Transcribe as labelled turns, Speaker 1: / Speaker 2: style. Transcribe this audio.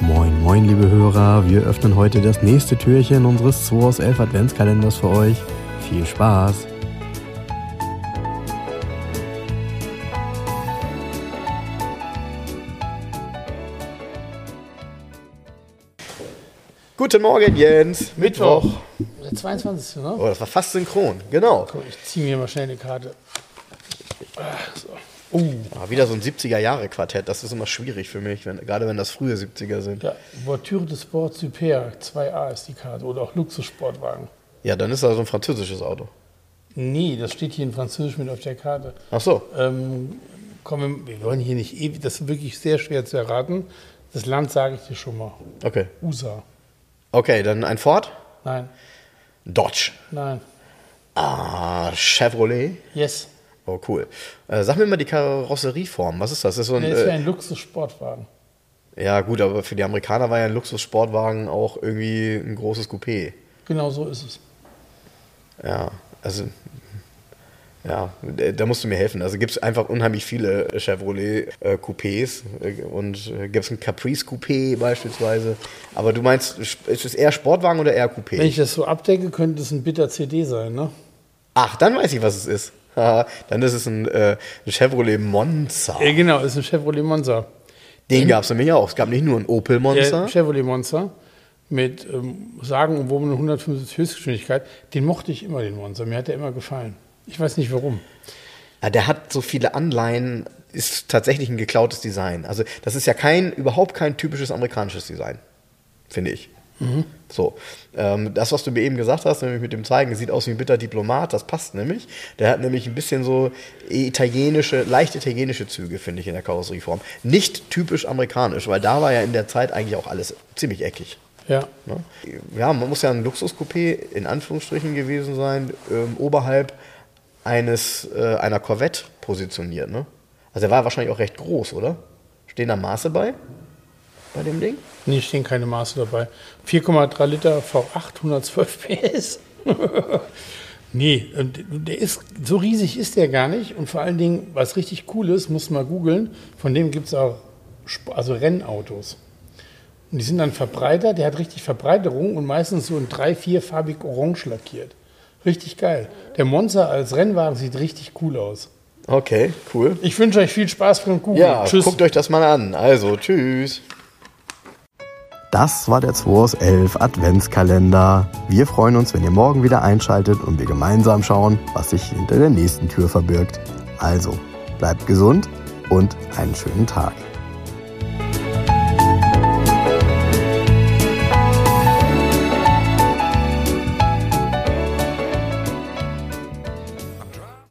Speaker 1: Moin, moin, liebe Hörer. Wir öffnen heute das nächste Türchen unseres 2 aus 11 Adventskalenders für euch. Viel Spaß!
Speaker 2: Guten Morgen, Jens. Mittwoch.
Speaker 3: Der 22. Ne?
Speaker 2: Oh, das war fast synchron. Genau.
Speaker 3: Komm, ich ziehe mir mal schnell eine Karte. Uh,
Speaker 2: Ah, wieder so ein 70er-Jahre-Quartett. Das ist immer schwierig für mich, wenn, gerade wenn das frühe 70er sind.
Speaker 3: Ja, Voiture de Sport Super 2A ist die Karte oder auch Luxussportwagen.
Speaker 2: Ja, dann ist das so ein französisches Auto.
Speaker 3: Nee, das steht hier in Französisch mit auf der Karte.
Speaker 2: Ach so.
Speaker 3: Ähm, komm, wir wir wollen hier nicht ewig, das ist wirklich sehr schwer zu erraten. Das Land sage ich dir schon mal.
Speaker 2: Okay.
Speaker 3: USA.
Speaker 2: Okay, dann ein Ford.
Speaker 3: Nein,
Speaker 2: Dodge.
Speaker 3: nein.
Speaker 2: Ah, Chevrolet.
Speaker 3: Yes.
Speaker 2: Oh, cool. Äh, sag mir mal die Karosserieform. Was ist das? das ist so ein,
Speaker 3: Nee, Das wäre
Speaker 2: äh,
Speaker 3: ein Luxussportwagen.
Speaker 2: ja, gut, aber für die Amerikaner war ja ein Luxussportwagen auch irgendwie ein großes Coupé.
Speaker 3: Genau so ist es.
Speaker 2: Ja, also. Ja, da da musst du mir helfen. Also gibt es einfach unheimlich viele Chevrolet-Coupés und äh, gibt es ein Caprice-Coupé beispielsweise. Aber du meinst, ist es eher Sportwagen oder eher Coupé?
Speaker 3: Wenn ich das so abdecke, könnte es ein bitter CD sein, ne?
Speaker 2: Ach, dann weiß ich, was es ist. Haha, dann ist es ein, äh, ein Chevrolet Monza.
Speaker 3: Ja, genau, ist ein Chevrolet Monza.
Speaker 2: Den gab es nämlich auch. Es gab nicht nur einen Opel Monza.
Speaker 3: Der Chevrolet Monster mit ähm, sagen und 175 Höchstgeschwindigkeit, den mochte ich immer, den Monster. Mir hat der immer gefallen. Ich weiß nicht warum.
Speaker 2: Ja, der hat so viele Anleihen, ist tatsächlich ein geklautes Design. Also das ist ja kein, überhaupt kein typisches amerikanisches Design, finde ich. So, ähm, das, was du mir eben gesagt hast, nämlich mit dem Zeigen, sieht aus wie ein bitter Diplomat, das passt nämlich. Der hat nämlich ein bisschen so italienische, leicht italienische Züge, finde ich, in der Karosserieform. Nicht typisch amerikanisch, weil da war ja in der Zeit eigentlich auch alles ziemlich eckig.
Speaker 3: Ja.
Speaker 2: Ne? Ja, man muss ja ein Luxuscoupé in Anführungsstrichen gewesen sein, ähm, oberhalb eines äh, einer Corvette positioniert. Ne? Also er war wahrscheinlich auch recht groß, oder? Stehen da Maße bei? Bei dem Ding?
Speaker 3: Nee, stehen keine Maße dabei. 4,3 Liter V8, 112 PS. nee, ähm, der ist, so riesig ist der gar nicht. Und vor allen Dingen, was richtig cool ist, muss mal googeln, von dem gibt es auch Sp- also Rennautos. Und die sind dann verbreitert, der hat richtig Verbreiterung und meistens so in drei, vier farbig orange lackiert. Richtig geil. Der Monster als Rennwagen sieht richtig cool aus.
Speaker 2: Okay, cool.
Speaker 3: Ich wünsche euch viel Spaß beim Googeln.
Speaker 2: Ja, guckt euch das mal an. Also, tschüss.
Speaker 1: Das war der 2 aus 11 Adventskalender. Wir freuen uns, wenn ihr morgen wieder einschaltet und wir gemeinsam schauen, was sich hinter der nächsten Tür verbirgt. Also, bleibt gesund und einen schönen Tag.